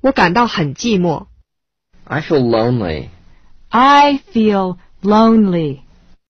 我感到很寂寞。 I feel lonely. I feel lonely.